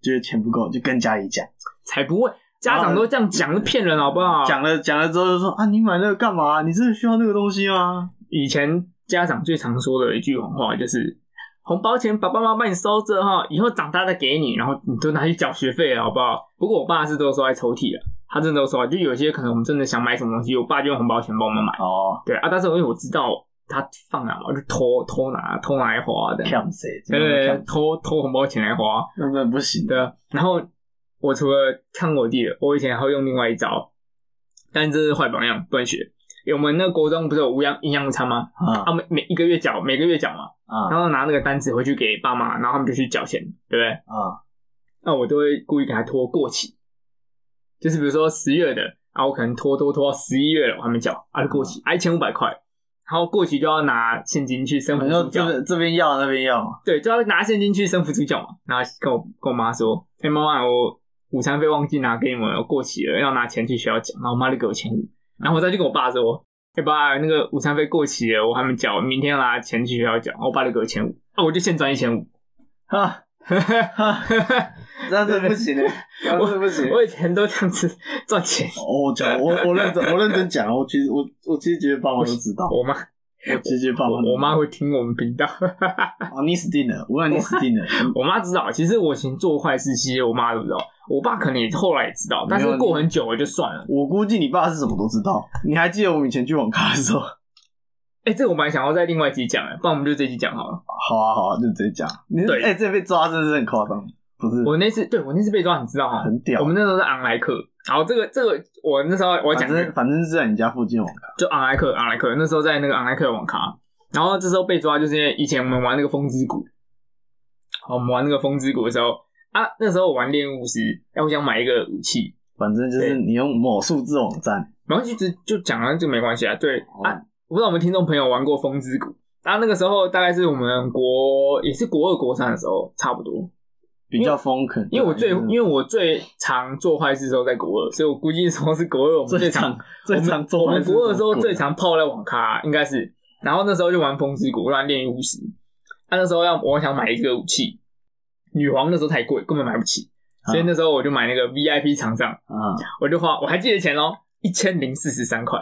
Speaker 2: 觉得钱不够，就跟家里讲，
Speaker 3: 才不会，家长都这样讲是骗人好不好？
Speaker 2: 讲了讲了之后就说啊，你买那个干嘛？你真的需要那个东西吗？
Speaker 3: 以前家长最常说的一句谎话就是。红包钱爸爸妈妈帮你收着哈，以后长大再给你，然后你都拿去缴学费了，好不好？不过我爸是都收在抽屉了，他真的都收在，就有些可能我们真的想买什么东西，我爸就用红包钱帮我们买。
Speaker 2: 哦，
Speaker 3: 对啊，但是因为我知道他放哪嘛，我就偷偷拿偷拿来花 的，
Speaker 2: 骗谁？
Speaker 3: 对
Speaker 2: 真的
Speaker 3: 对
Speaker 2: 骗
Speaker 3: 对，偷偷红包钱来花。
Speaker 2: 那真的不行的。
Speaker 3: 对啊，然后我除了看我弟的，我以前还会用另外一招，但是这是坏榜样，不能学。因为我们那个国中不是有无氧营养午餐吗？
Speaker 2: 啊
Speaker 3: 啊，每每一个月缴，每个月缴嘛，
Speaker 2: 啊
Speaker 3: 然后拿那个单子回去给爸妈，然后他们就去缴钱，对不对？
Speaker 2: 啊！
Speaker 3: 那我都会故意给他拖过期，就是比如说十月的，然后我可能拖拖拖到十一月了，我还没缴，啊就过期，啊一千五百块，然后过期就要拿现金去生
Speaker 2: 你
Speaker 3: 活
Speaker 2: 说
Speaker 3: 主
Speaker 2: 这
Speaker 3: 缴，
Speaker 2: 边这边要那边要嘛？
Speaker 3: 对，就要拿现金去生活主缴嘛，然后跟我跟我妈说，哎、妈妈，我午餐费忘记拿给你们了，过期了，要拿钱去学校缴，然后我妈就给我钱，然后我再去跟我爸说，哎、爸，那个午餐费过期了，我还没缴，明天要拿钱去学校缴，然后我爸就给我钱五，啊我就现赚一千五。
Speaker 2: 哈，这样子不行的，这样子不行。
Speaker 3: 我以前都这样子 赚钱，
Speaker 2: 哦我讲，我我认真，我认真讲，我其实我我其实觉得爸妈都知道，
Speaker 3: 我妈
Speaker 2: 我其实觉得爸妈都知道
Speaker 3: 我我妈会听我们频道，
Speaker 2: 啊，你死定了，我让你死定了。
Speaker 3: 我妈知道。其实我以前做坏事，其实我妈都知道，我爸可能也后来也知道，但
Speaker 2: 没
Speaker 3: 是
Speaker 2: 有
Speaker 3: 过很久了就算了。
Speaker 2: 我估计你爸是什么都知道。你还记得我们以前去网咖的时候？
Speaker 3: 哎、这个我本来想要在另外一集讲，哎，不然我们就这集讲好了。
Speaker 2: 好啊，好啊，就直接讲。你
Speaker 3: 对
Speaker 2: 哎、这被抓真的是很夸张，不是
Speaker 3: 我那次对我那次被抓，你知道吗？
Speaker 2: 很屌。
Speaker 3: 我们那时候是昂莱克，然后这个这个我那时候我
Speaker 2: 反
Speaker 3: 讲这
Speaker 2: 正
Speaker 3: 个
Speaker 2: 反正是在你家附近网咖。
Speaker 3: 就昂莱克昂莱克，那时候在那个昂莱克的网咖，然后这时候被抓就是因为以前我们玩那个风之谷，好，我们玩那个风之谷的时候啊，那时候我玩猎物师，哎，我想买一个武器，
Speaker 2: 反正就是你用某数字网站，
Speaker 3: 然后就直就讲了，这没关系啊。对、
Speaker 2: 哦
Speaker 3: 啊，我不知道我们听众朋友玩过《风之谷》，啊，那个时候大概是我们国也是国二国三的时候差不多，
Speaker 2: 比较疯可能
Speaker 3: 因为我最因
Speaker 2: 啊为
Speaker 3: 为我最常做坏事的时候在国二，所以我估计那时候是国二我们
Speaker 2: 最
Speaker 3: 常
Speaker 2: 常最常做
Speaker 3: 我们
Speaker 2: 完是
Speaker 3: 国二的时候
Speaker 2: 什么鬼啊
Speaker 3: 最常泡在网咖、应该是，然后那时候就玩《风之谷》乱练巫师，啊，那时候要我想买一个武器，女皇那时候太贵，根本买不起，所以那时候我就买那个 VIP 厂商，
Speaker 2: 啊
Speaker 3: 我就花我还记得钱哦，一千零四十三块。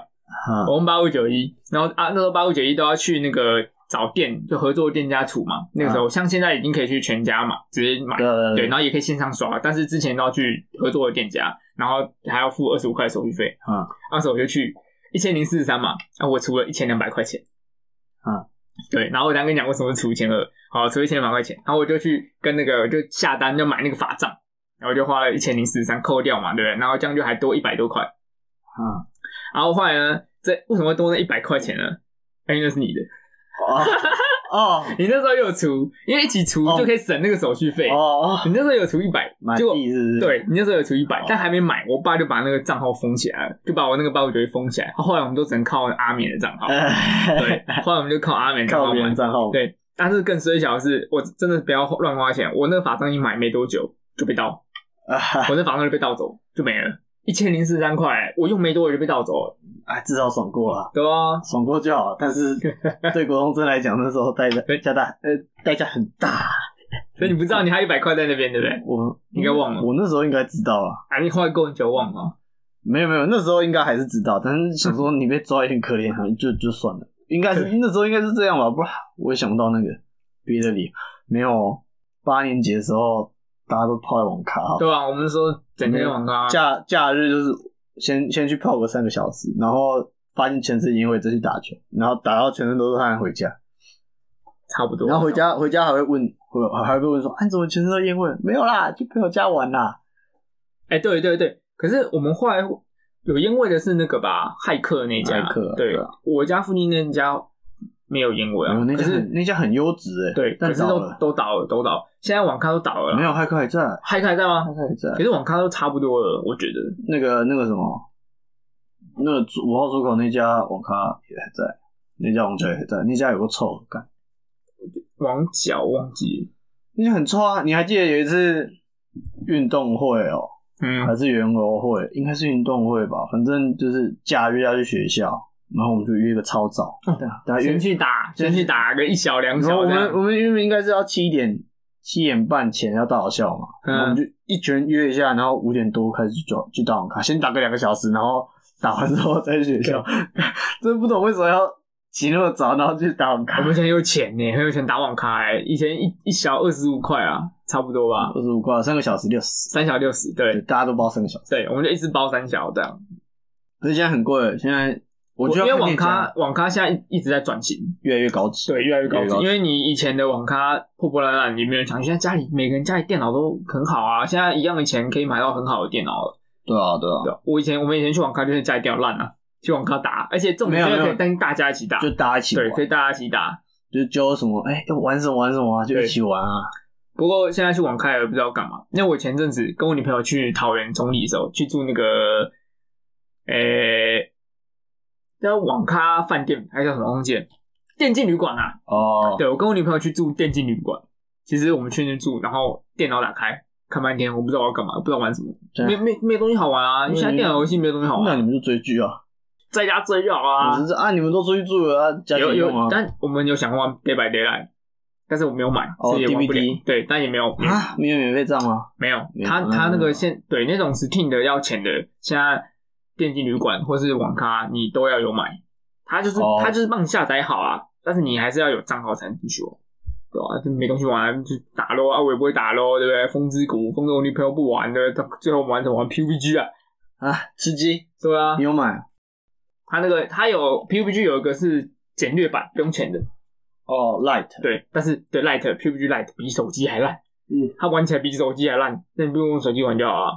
Speaker 2: 啊
Speaker 3: 我们八五九一，然后啊，那时候八五九一都要去那个找店，就合作店家处嘛。那个
Speaker 2: 啊
Speaker 3: 时候、像现在已经可以去全家嘛，直接买，
Speaker 2: 对对
Speaker 3: 对，
Speaker 2: 对
Speaker 3: 然后也可以线上刷，但是之前都要去合作的店家，然后还要付二十五块手续费。
Speaker 2: 啊，
Speaker 3: 那时候我就去一千零四十三嘛，啊，我出了一千两百块钱。
Speaker 2: 啊，
Speaker 3: 对，然后我刚跟你讲为什么出一千二，好，出一千两百块钱，然后我就去跟那个我就下单就买那个法杖，然后就花了一千零四十三扣掉嘛，对不对？然后这样就还多一百多块。
Speaker 2: 啊
Speaker 3: 然后后来呢，这为什么会多那一百块钱呢？因为那是你的，
Speaker 2: 哦
Speaker 3: 你那时候又有除，因为一起除
Speaker 2: 哦
Speaker 3: 就可以省那个手续费。
Speaker 2: 哦哦，
Speaker 3: 你那时候有除一百，
Speaker 2: 满
Speaker 3: 结果
Speaker 2: 地是不是？
Speaker 3: 对你那时候有除一百
Speaker 2: 哦，
Speaker 3: 但还没买，我爸就把那个账号封起来了，就把我那个八五九一封起来。后来我们都只能靠阿冕的 账号，
Speaker 2: 哎，
Speaker 3: 对，后来我们就靠阿冕的账
Speaker 2: 靠
Speaker 3: 号
Speaker 2: 别人
Speaker 3: 买。
Speaker 2: 账号，
Speaker 3: 对，但是更衰小的是，我真的不要乱花钱。我那个法杖一买没多久就被盗，
Speaker 2: 啊
Speaker 3: 我那法杖就被盗走，就没了，一千零四十三块，我用没多久就被盗走了，
Speaker 2: 啊，至少爽过了。
Speaker 3: 对啊，
Speaker 2: 爽过就好，但是对国中生来讲，那时候代价代价大，呃，代价很大。
Speaker 3: 所以你不知道你还有一百块在那边，对不对？
Speaker 2: 我
Speaker 3: 应该忘了
Speaker 2: 我那时候应该知道了，
Speaker 3: 啊，你后来够很久忘了，
Speaker 2: 没有没有，那时候应该还是知道，但是想说你被抓也很可怜，好像就就算了，应该是那时候应该是这样吧，不然我也想不到那个别的理由。没有八年级的时候，大家都泡在网咖，
Speaker 3: 对吧、我们说整
Speaker 2: 嗯
Speaker 3: 天网咖，
Speaker 2: 假假日就是先先去泡个三个小时，然后发现全身淫秽，再去打球，然后打到全身都是汗回家。
Speaker 3: 差不多。
Speaker 2: 然后回，家回家还会问，还还会被问说，啊，你怎么全身都烟味？没有啦，去朋友家玩啦。
Speaker 3: 哎、对对对，可是我们后来有烟味的是那个吧，骇客那家，
Speaker 2: 骇客啊
Speaker 3: 对
Speaker 2: 对啊，
Speaker 3: 我家附近那家没有烟味啊，
Speaker 2: 然后哦那
Speaker 3: 可
Speaker 2: 家
Speaker 3: 是
Speaker 2: 很那家很优质哎，
Speaker 3: 对，可
Speaker 2: 但
Speaker 3: 是
Speaker 2: 倒
Speaker 3: 都
Speaker 2: 了，
Speaker 3: 都倒了，都倒了，现在网咖都倒了啦，
Speaker 2: 没有骇客还在，
Speaker 3: 骇客还在吗
Speaker 2: 骇？客还在
Speaker 3: 可。是网咖都差不多了，我觉得
Speaker 2: 那个那个什么，那个主五号出口那家网咖也还在，那家网角也还在，那家有个臭干。
Speaker 3: 王角忘记
Speaker 2: 那就很臭啊！你还记得有一次运动会哦、
Speaker 3: 了，嗯
Speaker 2: 还是园游会，应该是运动会吧，反正就是假日要去学校，然后我们就约个超早，
Speaker 3: 嗯
Speaker 2: 对啊，对啊约
Speaker 3: 先去打，
Speaker 2: 先
Speaker 3: 先去打个一小两
Speaker 2: 然后
Speaker 3: 小
Speaker 2: 我
Speaker 3: 这
Speaker 2: 们
Speaker 3: 样。
Speaker 2: 我们原本应该是要七点七点半前要到校嘛，
Speaker 3: 嗯
Speaker 2: 然后我们就一群约一下，然后五点多开始就去到网咖，先打个两个小时，然后打完之后再去学校， 真不懂为什么要起那么早，然后去打网咖
Speaker 3: 我。们现在有钱呢，很有钱打网咖哎，以前一一小二十五块啊，差不多吧，
Speaker 2: 二十五块，三个小时六十，
Speaker 3: 三小六十，
Speaker 2: 对，
Speaker 3: 对
Speaker 2: 大家都包三个小时，
Speaker 3: 对，我们就一直包三小这样。
Speaker 2: 可是现在很贵，现在我觉
Speaker 3: 因
Speaker 2: 得
Speaker 3: 为网咖网咖现在一直在转型，
Speaker 2: 越来越高级，
Speaker 3: 对，越来越高
Speaker 2: 越
Speaker 3: 级
Speaker 2: 来越高。级
Speaker 3: 因为你以前的网咖破破烂烂，也没人抢。现在家里每个人家里电脑都很好啊，现在一样的钱可以买到很好的电脑了。
Speaker 2: 对啊，对啊，
Speaker 3: 对，我以前我们以前去网咖就是家里电脑烂啊，去网咖打，而且重点
Speaker 2: 没有
Speaker 3: 是
Speaker 2: 没
Speaker 3: 可
Speaker 2: 有
Speaker 3: 以跟大家一起打，
Speaker 2: 就大家一起玩
Speaker 3: 对，，可以大家一起打。
Speaker 2: 就揪什么，哎、要玩什么玩什么啊，就一起玩啊。
Speaker 3: 不过现在去网咖也不知道干嘛。因为我前阵子跟我女朋友去桃园中立的时候，去住那个，诶、叫网咖饭店，还叫什么东西？电竞旅馆啊。
Speaker 2: 哦，
Speaker 3: 对，我跟我女朋友去住电竞旅馆。其实我们去那边住，然后电脑打开看半天，我不知道我要干嘛，不知道玩什么，
Speaker 2: 对啊
Speaker 3: 没没没东西好玩啊！
Speaker 2: 嗯
Speaker 3: 现在电脑游戏没东西好
Speaker 2: 那
Speaker 3: 玩，
Speaker 2: 你们就追剧啊？
Speaker 3: 在家追就好
Speaker 2: 啊，
Speaker 3: 啊。
Speaker 2: 只是啊，你们都出去住了啊，家里
Speaker 3: 有有
Speaker 2: 啊，
Speaker 3: 但我们有想玩 Day by Daylight，但是我没有买，
Speaker 2: 哦
Speaker 3: 所以也玩不了
Speaker 2: DVD。
Speaker 3: 对，但也没有
Speaker 2: 啊，没有免费账吗？
Speaker 3: 没有
Speaker 2: 没，有
Speaker 3: 他
Speaker 2: 嗯
Speaker 3: 他那个现对那种 Steam 的要钱的，现在电竞旅馆或是网咖你都要有买，他就是
Speaker 2: 哦
Speaker 3: 他就是帮你下载好啊，但是你还是要有账号才能进去玩，对吧、就没东西玩就打咯啊，我也不会打咯，对不对？风之谷，风之谷女朋友不玩的，他最后玩什么玩 PUBG 啊？
Speaker 2: 啊，吃鸡，
Speaker 3: 对啊
Speaker 2: 你，有买？
Speaker 3: 他那个他有 PUBG 有一个是简略版不用钱的，
Speaker 2: 哦，Light，
Speaker 3: 对，但是对 Lite PUBG Lite 比手机还烂，
Speaker 2: 嗯，
Speaker 3: 它玩起来比手机还烂，那你不如用手机玩就好了。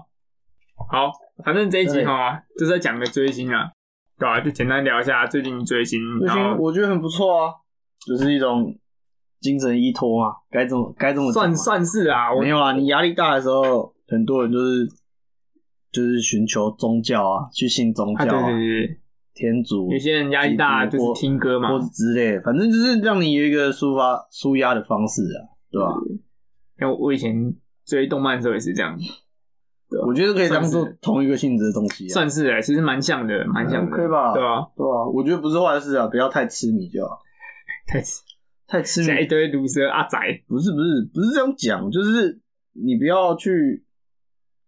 Speaker 3: 好，反正这一集
Speaker 2: 对
Speaker 3: 哈，就是在讲个追星啊，对吧、就简单聊一下最近追星，
Speaker 2: 最
Speaker 3: 然
Speaker 2: 近
Speaker 3: 后
Speaker 2: 我觉得很不错啊，就是一种精神依托嘛，该怎么该怎么讲嘛
Speaker 3: 算算是啊，我
Speaker 2: 没有啊，你压力大的时候，很多人就是就是寻求宗教啊，去信宗
Speaker 3: 啊，对
Speaker 2: 教
Speaker 3: 对
Speaker 2: 啊，
Speaker 3: 对对，
Speaker 2: 天主
Speaker 3: 有，些人压力大
Speaker 2: 基
Speaker 3: 就
Speaker 2: 督
Speaker 3: 是听歌嘛
Speaker 2: 或。者之类的，反正就是让你有一个抒发、舒压的方式啊，对吧、
Speaker 3: 然后我以前追动漫的时候也是这样，对啊
Speaker 2: 我觉得可以当
Speaker 3: 算是
Speaker 2: 做同一个性质的东西、啊，
Speaker 3: 算是哎、其实蛮像的，蛮像的，
Speaker 2: 可以吧
Speaker 3: 对啊，
Speaker 2: 对吧、我觉得不是坏事啊，不要太痴迷就好。
Speaker 3: 太
Speaker 2: 太痴
Speaker 3: 现在一
Speaker 2: 迷
Speaker 3: 堆毒舌阿宅，
Speaker 2: 不是不是不是这样讲，就是你不要去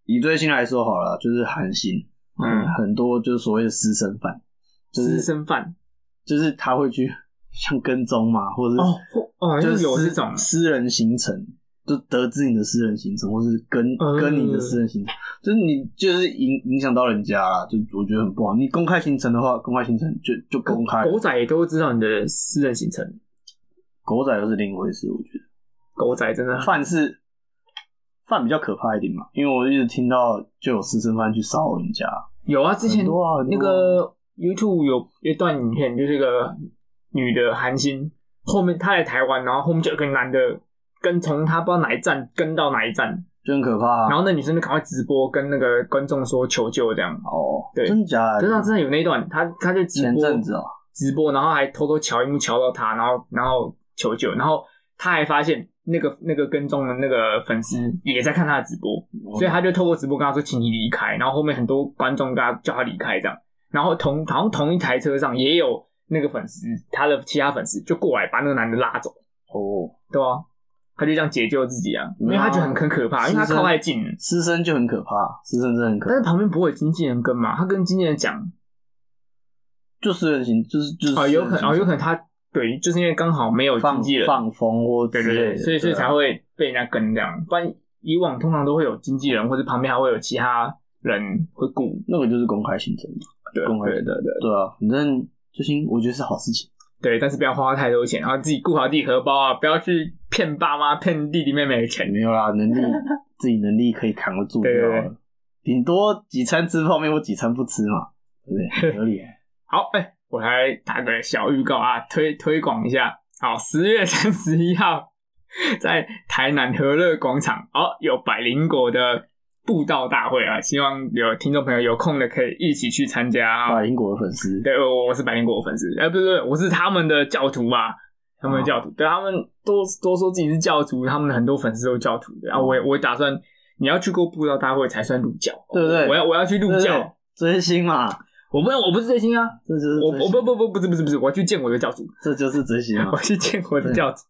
Speaker 2: 以追星来说好了，就是韩星，
Speaker 3: 嗯
Speaker 2: 很多就是所谓的私生饭，就
Speaker 3: 私
Speaker 2: 是
Speaker 3: 生饭
Speaker 2: 就是他会去像跟踪嘛，或者是
Speaker 3: 哦哦，
Speaker 2: 就
Speaker 3: 就是是有
Speaker 2: 私
Speaker 3: 这种
Speaker 2: 私人行程，就得知你的私人行程，或是跟、
Speaker 3: 嗯
Speaker 2: 跟你的私人行程，就是你就是影影响到人家啦，就我觉得很不好。你公开行程的话，公开行程就就公开，
Speaker 3: 狗仔也都知道你的私人行程。
Speaker 2: 狗仔又是另一回事。我觉得
Speaker 3: 狗仔真的很
Speaker 2: 饭是饭比较可怕一点嘛，因为我一直听到就有私生饭去骚扰人家，
Speaker 3: 有啊，之前
Speaker 2: 很多啊，很多
Speaker 3: 那
Speaker 2: 啊
Speaker 3: 个 YouTube 有一段影片，就是一个女的韩星，后面她来台湾，然后后面就有个男的跟从她不知道哪一站跟到哪一站，
Speaker 2: 就很可怕、
Speaker 3: 然
Speaker 2: 啊。
Speaker 3: 后那女生就赶快直播跟那个观众说求救这样。
Speaker 2: 哦，
Speaker 3: 对
Speaker 2: 真假的？
Speaker 3: 真的真的有那一段，她她就直
Speaker 2: 前
Speaker 3: 播
Speaker 2: 阵子啊，
Speaker 3: 直播，然后还偷偷瞧一幕瞧到她，然后然后求救，然后她还发现那个那个跟踪的那个粉丝也在看她的直播，所以他就透过直播跟他说，请你离开。然后后面很多观众跟他叫他离开这样。然后同好像同一台车上也有那个粉丝，他的其他粉丝就过来把那个男的拉走，
Speaker 2: 哦，
Speaker 3: 对啊，他就这样解救自己啊，因
Speaker 2: 嗯啊
Speaker 3: 为他觉得很很可怕，因为他靠太近了。
Speaker 2: 私生就很可怕，私生真的很可怕
Speaker 3: 但。是旁边不会有经纪人跟嘛，他跟经纪人讲
Speaker 2: 就私人行，就是就是
Speaker 3: 啊、有可
Speaker 2: 私
Speaker 3: 能
Speaker 2: 人行
Speaker 3: 啊、有可能他对，就是因为刚好没有经
Speaker 2: 放
Speaker 3: 纪人，
Speaker 2: 放风或之
Speaker 3: 对
Speaker 2: 类
Speaker 3: 对
Speaker 2: 的，
Speaker 3: 对，所以所以
Speaker 2: 对啊
Speaker 3: 才会被人家跟这样，不然以往通常都会有经纪人或者旁边还会有其他人会顾，
Speaker 2: 那个就是公开行程，
Speaker 3: 对
Speaker 2: 公开
Speaker 3: 对
Speaker 2: 行
Speaker 3: 对
Speaker 2: 程，
Speaker 3: 对。
Speaker 2: 对啊，反正最近我觉得是好事情，
Speaker 3: 对，但是不要花太多钱，然后自己顾好自己荷包啊，不要去骗爸妈、骗弟弟妹妹的钱。
Speaker 2: 没有啦，能力自己能力可以扛得住就
Speaker 3: 对对
Speaker 2: 好了，顶多几餐吃泡面或几餐不吃嘛，对不 对？合理啊，
Speaker 3: 好，哎、我来打个小预告啊，推推广一下。好，十月三十一号在台南和乐广场，哦，有百灵果的布道大会啊，希望有听众朋友有空的可以一起去参加啊。
Speaker 2: 百灵果的粉丝，
Speaker 3: 对，我我是百灵果的粉丝，哎、不是不是，我是他们的教徒嘛，他
Speaker 2: 哦
Speaker 3: 们的教徒，对他们都都说自己是教徒，他们的很多粉丝都教徒，
Speaker 2: 哦
Speaker 3: 然后我也我也打算，你要去过布道大会才算入教，
Speaker 2: 对不对
Speaker 3: 我要我要去入
Speaker 2: 对
Speaker 3: 教，
Speaker 2: 追星嘛，
Speaker 3: 我不我不是追星啊，
Speaker 2: 啊这就是
Speaker 3: 我
Speaker 2: 追
Speaker 3: 我
Speaker 2: 星哦
Speaker 3: 不不不不是不是不是，我要去见我的教主，
Speaker 2: 这就是追星嘛
Speaker 3: 我，去见我的教主，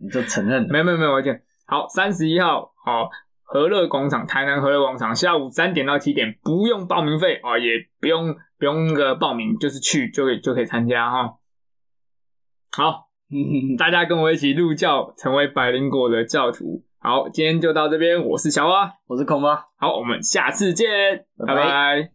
Speaker 2: 你就承认了。
Speaker 3: 没有没有没有，我见好三十一号好。和乐广场，台南和乐广场，下午三点到七点，不用报名费哦，也不用不用那个报名，就是去就可以就可以参加哈、好，大家跟我一起入教，成为百灵果的教徒。好，今天就到这边，我是小蛙，
Speaker 2: 我是空吧。
Speaker 3: 好，我们下次见，
Speaker 2: 拜拜
Speaker 3: 拜拜